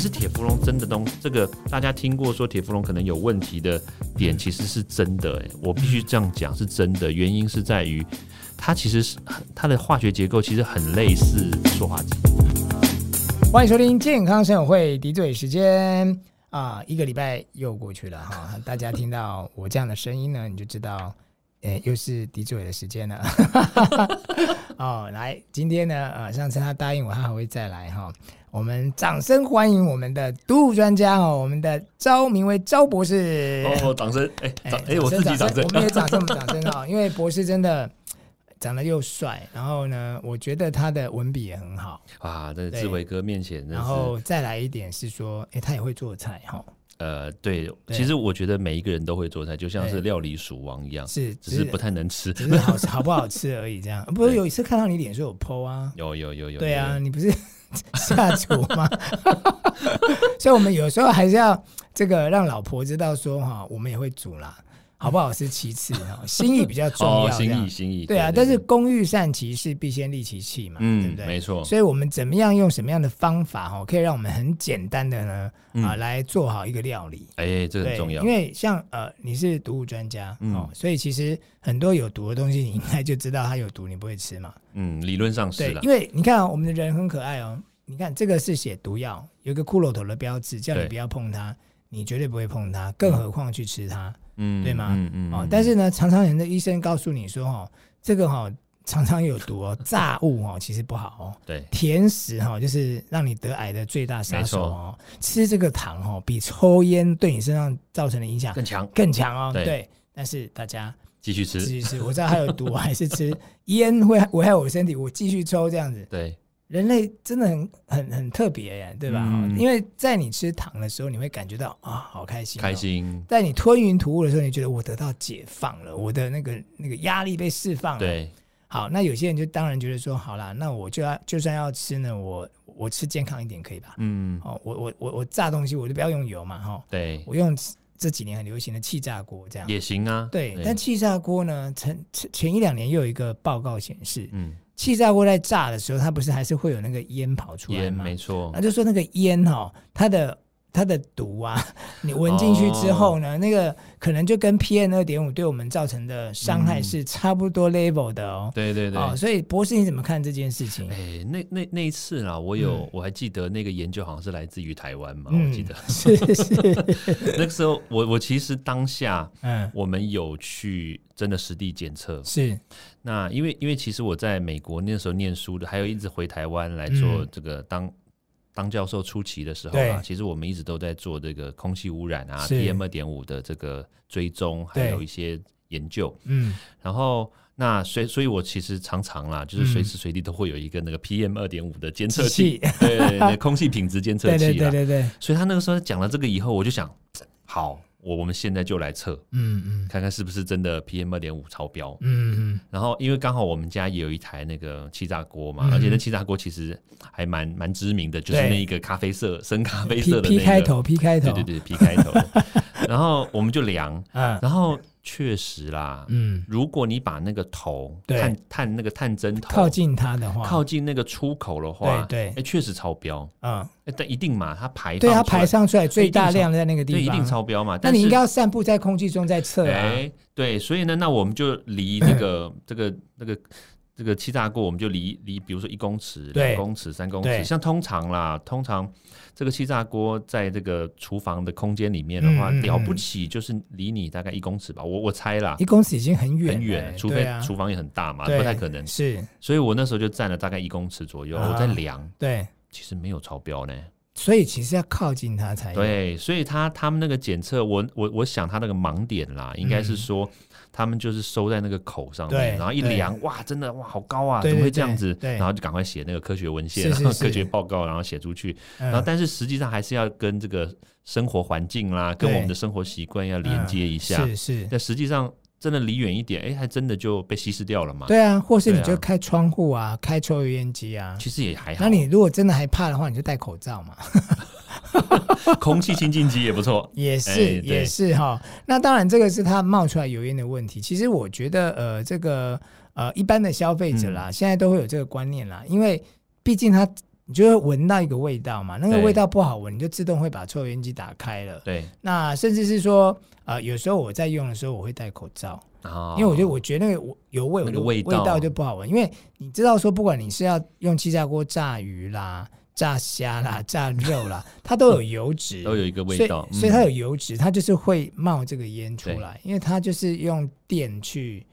实铁氟龙真的东，这个大家听过说铁氟龙可能有问题的点，其实是真的、欸。我必须这样讲是真的，原因是在于它其实是它的化学结构其实很类似塑化剂。欢迎收听健康生友会滴嘴时间啊，一个礼拜又过去了哈，大家听到我这样的声音呢，你就知道，诶、又是滴嘴的时间了。 哦，来，今天呢，呃，上次他答应我，他还会再来哈、我们掌声欢迎我们的毒物专家哦，我们的招明威招博士。哦，掌声！哎、哎掌哎、我自己掌声我。们也掌声，我们掌声啊！因为博士真的长得又帅，然后呢，我觉得他的文笔也很好，哇，在对志伟哥面前，真然是后再来一点是说，哎、他也会做菜哈、呃，对，对其实我觉得每一个人都会做菜，就像是料理鼠王一样，是只是不太能吃。只是好吃好不好吃而已，这样。 不是对有一次看到你脸说有 PO 啊，有有有有，对啊，有，你不是 下厨吗？ 所以我们有时候还是要这个让老婆知道说哈，我们也会煮啦，好不好是其次哈，心意比较重要哦，这样。心意心意。对啊，但是工欲善其事，必先利其器嘛，对嗯不，对没？错，所以我们怎么样用什么样的方法哦，可以让我们很简单的呢嗯啊、来做好一个料理。哎、这个对，很重要因。为像呃，你是毒物专家、嗯哦，所以其实很多有毒的东西，你应该就知道它有毒，你不会吃嘛。嗯，理论上是对啦，因。为你看、啊我们的人很可爱哦，你看这个是写毒药，有一个骷髅头的标志，叫你对不要碰它，你绝对不会碰它，更何况去吃它。嗯对吗嗯嗯哦嗯，但是呢，常常人的医生告诉你说，哦，这个哈、哦、常常有毒哦，炸物哦其实不好哦，对，甜食哈、哦、就是让你得癌的最大杀没手错哦，吃这个糖哦比抽烟对你身上造成的影响更强，更强哦，对对。但是大家继续吃继，续吃，我知道它有毒，我还是吃 烟会危害我身体，我继续抽这样子。对，人类真的很很很特别耶，对吧？哦嗯因为在你吃糖的时候，你会感觉到啊、好开心、开。心，在你吞云吐雾的时候，你觉得我得到解放了，我的那个那个压力被释放了。，对，好，那有些人就当然觉得说，好啦，那我就要就算要吃呢，我我吃健康一点可以吧？嗯，哦，我我我我炸东西我就不要用油嘛，哈、哦，对，我用这几年很流行的气炸锅这样。也行啊，对，但气炸锅呢，前前前一两年又有一个报告显示，嗯，气炸锅在炸的时候，它不是还是会有那个烟跑出来也吗？啊没错他，就说那个烟哈、它的它的毒啊， 你闻进去哦之后呢，那个可能就跟 PM 二点五对我们造成的伤害是差不多 level 的哦。对嗯对对。哦，所以博士你怎么看这件事情？哎，那那那一次啦，我有、嗯我还记得那个研究好像是来自于台湾嘛，我记得是是，那个时候我我其实当下嗯，我们有去真的实地检测，是那因为因为其实我在美国那时候念书的，还有一直回台湾来做嗯这个当、当教授初期的时候啊对，其实我们一直都在做这个空气污染啊是，PM 二点五的这个追踪，还对有一些研究。嗯，然后那所以所以我其实常常啦，就是嗯随时随地都会有一个那个 PM 二点五的监测器， 对对对，空气品质监测对器对啦。对对对，所以他那个时候讲了这个以后，我就想，好，我我们现在就来测，嗯嗯看看是不是真的 PM 二点五超标。嗯嗯，然后因为刚好我们家也有一台那个气炸锅嘛，嗯而且那气炸锅其实还蛮蛮知名的，就是对那一个咖啡色、深咖啡 P 色的 P 那个，开头 P 开头，对对对，P 开头。 然后我们就量，嗯然后确实啦，嗯，如果你把那个头对探探那个探针头靠近它的话，靠近那个出口的话，对对哎，确实超标，嗯，哎但一定嘛，它排对它放出来排上出来最大一定超量的在那个地对方，一定超标嘛，那但你应是该要散布在空气中再测啊。哎，对，所以呢，那我们就离那个这个那个这个气炸锅，我们就离离，比如说一公尺、对两公尺、三公对尺。像通常啦，通常这个气炸锅在这个厨房的空间里面的话，嗯嗯嗯了不起就是离你大概一公尺吧，我我猜啦一。公尺已经很远了，很远，除对非啊、厨房也很大嘛，对不太可能。是，所以我那时候就站了大概一公尺左右，啊我在量，对，其实没有超标呢。所以其实要靠近它才有，对，所以他他们那个检测，我我我想他那个盲点啦，应该是说、他们就是收在那个口上嗯对面，然后一对量，哇，真的哇，好高啊，对怎么对会这样对子？对然后就赶快写那个科学文献，是是然后是科学报告，然后写出去。嗯，然后但是实际上还是要跟这个生活环境啦，跟对嗯我们的生活习惯要连接一下。是是，但实际上真的离远一点，哎，还真的就被稀释掉了嘛。对啊，或是你对啊就开窗户啊，开抽油烟机啊。其实也还好那，你如果真的还怕的话，你就戴口罩嘛，。空气清净机也不错也是、哎对也是哈。那当然，这个是它冒出来油烟的问题。其实我觉得，呃，嗯这个呃，一般的消费者啦，现在都会有这个观念啦，因为毕竟它你就会闻到一个味道嘛，那个对味道不好闻，你就自动会把抽油烟机打开了。对，那甚至是说，呃，有时候我在用的时候，我会戴口罩，啊， 因为我觉得我觉得那个油味，我那个就味味道就不好闻。因为你知道说，不管你是要用气炸锅炸鱼啦、炸 虾啦、炸肉啦，它都有油脂，都有一个味道，所以所以它嗯有油脂，它就是会冒这个烟出对来，因为它就是用电去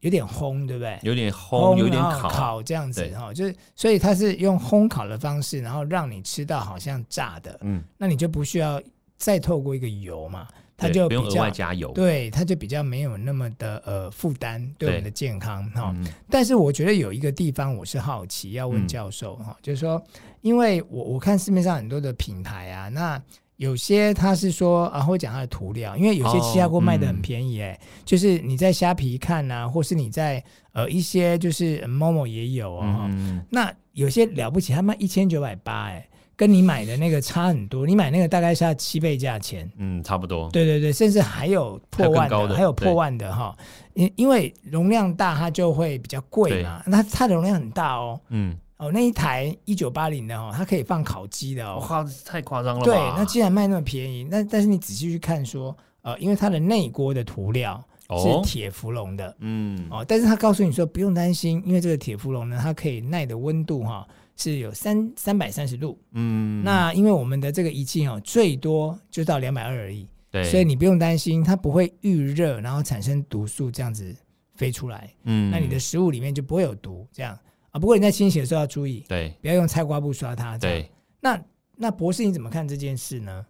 有点烘，对不对？哦有点烘，有点然后烤，啊烤这样子对哈，就是所以它是用烘烤的方式，然后让你吃到好像炸的，嗯，那你就不需要再透过一个油嘛，它对就不比用额较外加油，对，它就比较没有那么的呃负担对我们对的健康哈。嗯，但是我觉得有一个地方我是好奇，要问嗯教授哈、就是说，因为我我看市面上很多的品牌啊，那有些它是说啊会讲它的涂料，因为有些哦气炸锅卖的很嗯便宜哎、就是你在虾皮看啊，或是你在呃一些就是某某也有哦，哈嗯，那有些了不起，他卖一千九百八哎，跟你买的那个差很多，你买那个大概是它七倍价钱。嗯，差不多，对对对，甚至还有破还有万更高的还有对破万的哈，因因为容量大，它就会比较贵嘛。那它容量很大哦，嗯，哦，那一台一九八零的哦，它可以放烤鸡的我哦。靠，太夸张了吧？ 对，那既然卖那么便宜，那但是你仔细去看说，呃，因为它的内锅的涂料是哦，铁氟龙的嗯，哦但是它告诉你说不用担心，因为这个铁氟龙呢，它可以耐的温度哈、是有三三百三十度。嗯，哦那因为我们的这个仪器哦，最多就到两百二而已。对，所以你不用担心它不会预热，然后产生毒素这样子飞出来，嗯，那你的食物里面就不会有毒这样啊。不过你在清洗的时候要注意，对不要用菜瓜布刷它。这样对，，那那博士你怎么看这件事呢？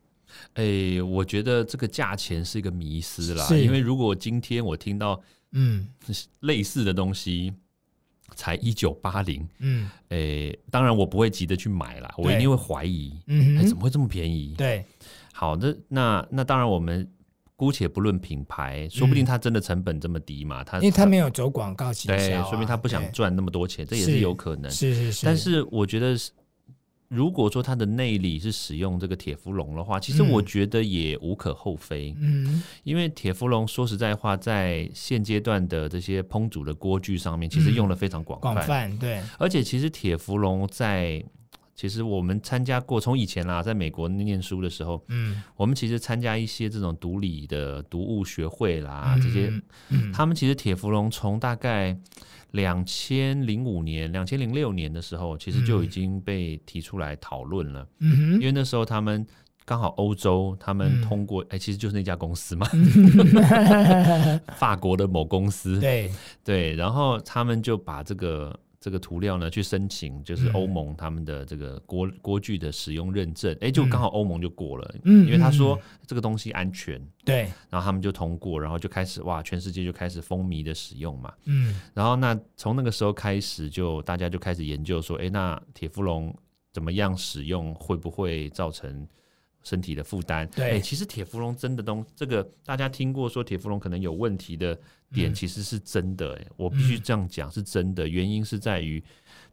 哎，我觉得这个价钱是一个迷失啦，是因为如果今天我听到嗯类似的东西才一九八零，嗯诶，当然我不会急着去买啦，我一对定会怀疑，嗯哎，哼，怎么会这么便宜？对好的，那那当然我们姑且不论品牌，说不定嗯它真的成本这么低嘛，它因为他没有走广告行对销、，啊，说明他不想对赚那么多钱，这也是是有可能。是是是，但是我觉得是，如果说它的内里是使用这个铁氟龙的话，其实嗯我觉得也无可厚非，嗯因为铁氟龙说实在话，在现阶段的这些烹煮的锅具上面，其实嗯用的非常广泛，广泛对而且其实铁氟龙在。其实我们参加过，从以前啦，在美国念书的时候，嗯我们其实参加一些这种毒理的毒物学会啦，这些嗯嗯他们其实铁氟龙从大概两千零五年、两千零六年的时候，其实就已经被提出来讨论了，嗯哼因为那时候他们。刚好欧洲他们嗯通过，哎、其实就是那家公 司嘛，法国的某公司，对对然后他们就把这个这个涂料呢去申请，就是嗯欧盟他们的这个锅锅具的使用认证，哎、就刚好欧盟就过了，嗯因为他嗯说这个东西安全，对然后他们就通过，然后就开始哇，全世界就开始风靡的使用嘛，嗯然后那从那个时候开始就，大家就开始研究说，哎，那铁氟龙怎么样使用，会不会造成身体的负担？对诶其实铁氟龙真的东，这个大家听过说铁氟龙可能有问题的点，嗯其实是真的、诶我必须嗯这样讲是真的，原因是在于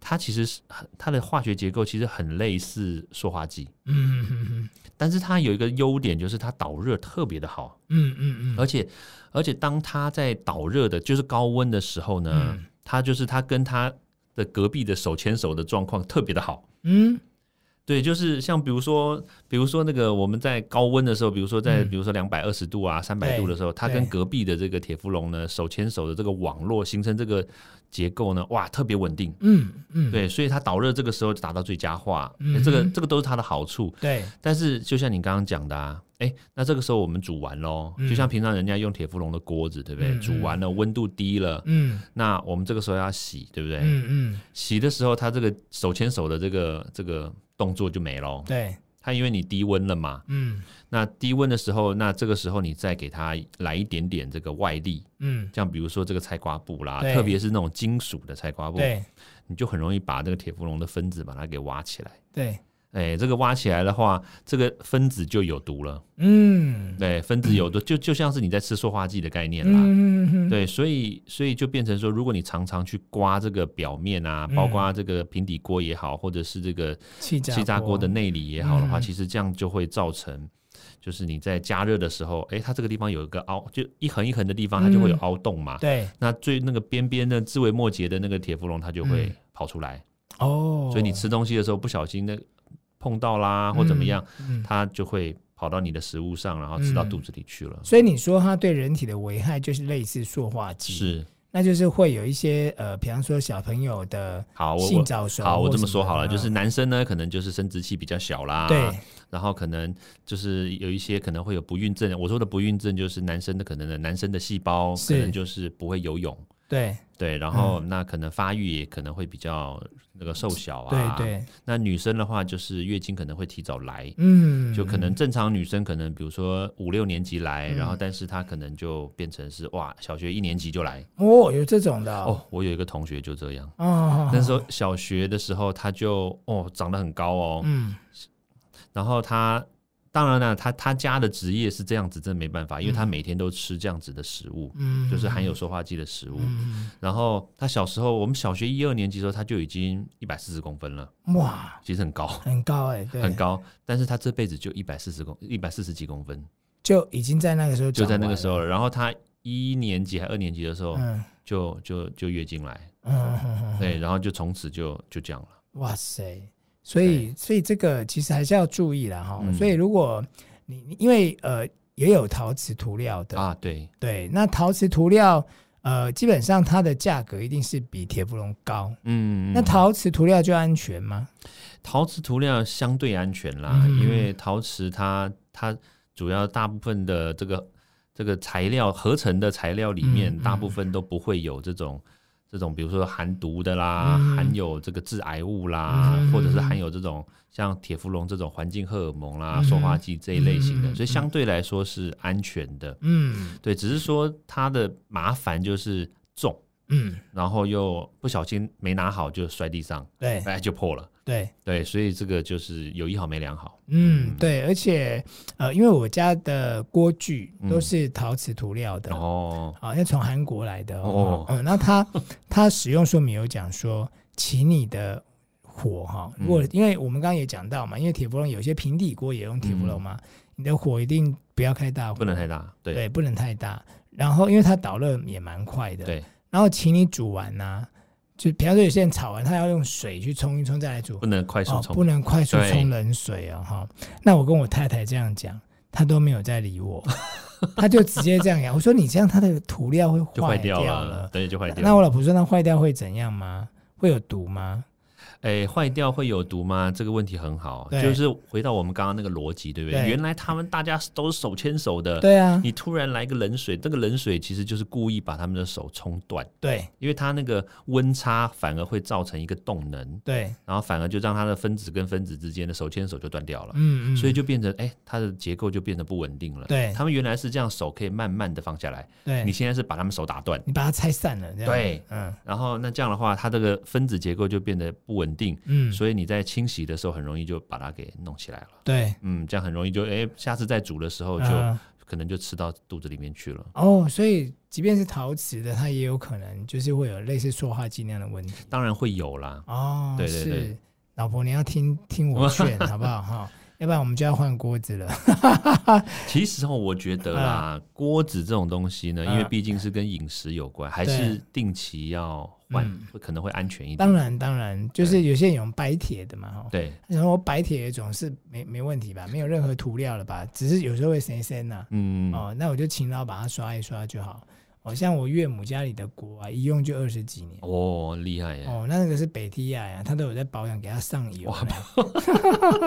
它其实是很它的化学结构其实很类似塑化剂，嗯嗯嗯但是它有一个优点就是它导热特别的好，嗯嗯嗯而且而且当它在导热的，就是高温的时候呢，嗯它就是它跟它的隔壁的手牵手的状况特别的好。嗯对，就是像比如说，比如说那个我们在高温的时候，比如说在、嗯比如说两百二十度啊、三百对度的时候，它对跟隔壁的这个铁氟龙呢手牵手的这个网络形成这个结构呢，哇，特别稳定。嗯嗯对，所以它导热这个时候就达到最佳化，嗯诶这个这个都是它的好处。对但是就像你刚刚讲的啊，哎，那这个时候我们煮完喽，嗯就像平常人家用铁氟龙的锅子，对不对？嗯嗯煮完了，温度低了，嗯那我们这个时候要洗，对不对？嗯嗯洗的时候，它这个手牵手的这个这个动作就没喽。对它因为你低温了嘛，嗯那低温的时候，那这个时候你再给它来一点点这个外力，嗯，像比如说这个菜瓜布啦，对特别是那种金属的菜瓜布，对你就很容易把这个铁氟龙的分子把它给挖起来。对，哎，这个挖起来的话，这个分子就有毒了。嗯对，分子有毒，就就像是你在吃塑化剂的概念啦。嗯，对，所以所以就变成说，如果你常常去刮这个表面啊，嗯包括这个平底锅也好，或者是这个气炸气炸锅的内里也好的话，嗯其实这样就会造成，就是你在加热的时候，诶，它这个地方有一个凹，就一横一横的地方，它就会有嗯凹洞嘛。对那最那个边边的枝微末节的那个铁氟龙，它就会嗯跑出来。哦，所以你吃东西的时候不小心那碰到啦或怎么样，嗯，嗯它就会跑到你的食物上，然后嗯吃到肚子里去了。所以你说它对人体的危害就是类似塑化剂，，是，那就是会有一些呃，比方说小朋友的好，我性我早熟或什的，好，我这么说好了，就是嗯男生呢，可能就是生殖器比较小啦，对，然后可能就是有一些可能会有不孕症。我说的不孕症就是男生的可能的男生的细胞是嗯可能就是不会游泳，对对，然后那可能发育也可能会比较那个瘦小啊，对。对，那女生的话就是月经可能会提早来。嗯，就可能正常女生可能比如说五六年级来，嗯然后但是她可能就变成是哇，小学一年级就来哦，有这种的哦，哦。我有一个同学就这样，哦，那时候小学的时候他就哦长得很高哦，嗯然后他当然了，他他家的职业是这样子，真没办法，因为他每天都吃这样子的食物，嗯，就是含有塑化剂的食物。嗯然后他小时候，我们小学一二年级的时候，他就已经一百四十公分了，嗯哇，其实很高。很高哎，对，很高，但是他这辈子就一百四十公一百四十几公分，就已经在那个时候就在那个时候，候了。然后他一年级还二年级的时候，嗯就就就月经来，嗯嗯，嗯对，然后就从此就就这样了。哇塞！所以，所以这个其实还是要注意啦哈。嗯所以，如果你你因为呃也有陶瓷涂料的，啊，对，对，那陶瓷涂料呃基本上它的价格一定是比铁氟龙高。嗯，那嗯陶瓷涂料就安全吗？陶瓷涂料相对安全啦，嗯因为陶瓷它它主要大部分的这个这个材料合成的材料里面，嗯嗯大部分都不会有这种这种，比如说含毒的啦，嗯含有这个致癌物啦，嗯或者是含有这种像铁氟龙这种环境荷尔蒙啦、嗯塑化剂这一类型的，嗯嗯所以相对来说是安全的。嗯对，只是说它的麻烦就是重，嗯，然后又不小心没拿好就摔地上，对哎，就破了。对，对，所以这个就是有一好没两好。嗯嗯对，而且呃，因为我家的锅具嗯都是陶瓷涂料的，哦，好啊像从韩国来的哦哦。嗯，那它它使用说明有讲说，请你的火哈，如果、嗯因为我们刚刚也讲到嘛，因为铁氟龙有些平底锅也用铁氟龙嘛，你的火一定不要开大火，嗯不能太大。对对，不能太大。然后因为它导热也蛮快的，。对，然后请你煮完呐、就比方说有些人炒完，他要用水去冲一冲再来煮不，能快速哦，冲。不能快速对冲冷水哦，哈。那我跟我太太这样讲，她都没有再理 我，她就直接这样讲。我说你这样，它的涂料会就坏掉掉了，对，就坏掉了。那我老婆说，那坏掉会怎样吗？会有毒吗？哎，坏掉会有毒吗？这个问题很好，对就是回到我们刚刚那个逻辑，对不对？对原来他们大家都是手牵手的，对啊，你突然来个冷水，这个冷水其实就是故意把他们的手冲断，对因为它那个温差反而会造成一个动能，对，然后反而就让它的分子跟分子之间的手牵手就断掉了。嗯嗯，所以就变成，哎、它的结构就变得不稳定了。对他们原来是这样，手可以慢慢的放下来，对你你现在是把他们手打断，把它拆散了，这样对，嗯然后那这样的话，它这个分子结构就变得不稳定，嗯，所以你在清洗的时候很容易就把它给弄起来了。对，嗯，这样很容易就哎，下次再煮的时候就、嗯可能就吃到肚子里面去了。哦，所以即便是陶瓷的，它也有可能就是会有类似塑化剂那样的问题。当然会有啦，哦，对对对是，老婆你要听听我 劝，好不好哈？要不然我们就要换锅子了。其实哦，我觉得啦，嗯锅子这种东西呢，因为毕竟是跟饮食有关，还是定期要换，嗯会可能会安全一点。当然，当然，就是有些人用白铁的嘛，哈。对，然后白铁也总是没没问题吧，没有任何涂料了吧？只是有时候会生生呐、嗯，哦，那我就勤劳把它刷一刷就好。哦，像我岳母家里的锅啊，一用就二十几年。哦，厉害耶！哦，那那个是北提亚呀，他都有在保养，给它上油哇呢。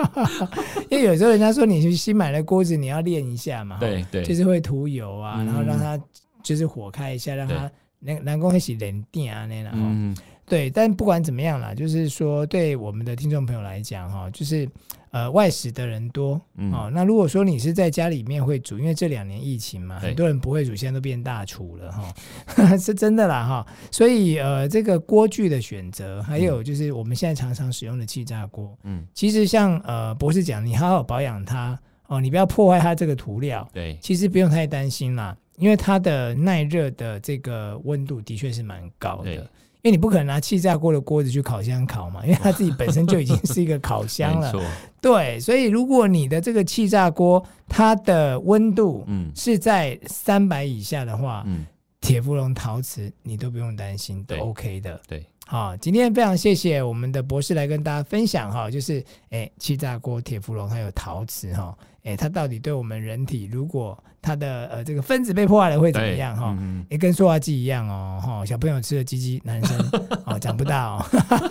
因为有时候人家说你去新买的锅子，你要练一下嘛，对对，啊就是会涂油啊，嗯然后让它就是火开一下，让它南南宫一起冷电啊那啦。哦嗯，对，但不管怎么样啦，就是说对我们的听众朋友来讲哈、就是呃外食的人多嗯哦。那如果说你是在家里面会煮，因为这两年疫情嘛，对很多人不会煮，现在都变大厨了哈、 是真的啦哈、哦所以呃这个锅具的选择，还有就是我们现在常常使用的气炸锅，嗯，其实像呃博士讲，你好好保养它哦，你不要破坏它这个涂料。对，其实不用太担心啦，因为它的耐热的这个温度的确是蛮高的对。因为你不可能拿气炸锅的锅子去烤箱 烤嘛，因为它自己本身就已经是一个烤箱没了。错，对，所以如果你的这个气炸锅它的温度嗯是在三百以下的话，嗯，铁氟龙陶瓷你都不用担心，都对 OK 的。对，好，今天非常谢谢我们的博士来跟大家分享哈，就是诶气炸锅、铁氟龙还有陶瓷哈，诶它到底对我们人体，如果它的呃这个分子被破坏了会怎么对样哈？嗯嗯也跟塑化剂一样哦，哈、小朋友吃了鸡鸡，男生 哦长不大哦，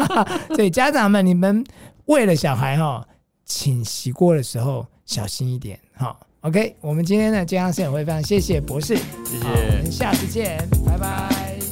所以家长们，你们为了小孩哈、哦，请洗锅的时候小心一点哈、OK，我们今天的健康摄影会非常谢谢博士，嗯谢好谢我们。下次见，拜拜